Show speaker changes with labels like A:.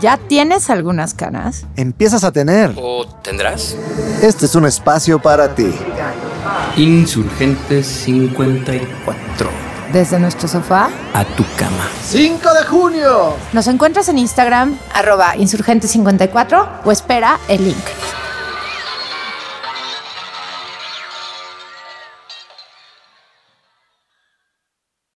A: ¿Ya tienes algunas canas?
B: Empiezas a tener.
C: ¿O tendrás?
B: Este es un espacio para ti.
C: Insurgentes 54.
A: Desde nuestro sofá.
C: A tu cama.
D: 5 de junio.
A: Nos encuentras en Instagram, arroba insurgente54 o espera el link.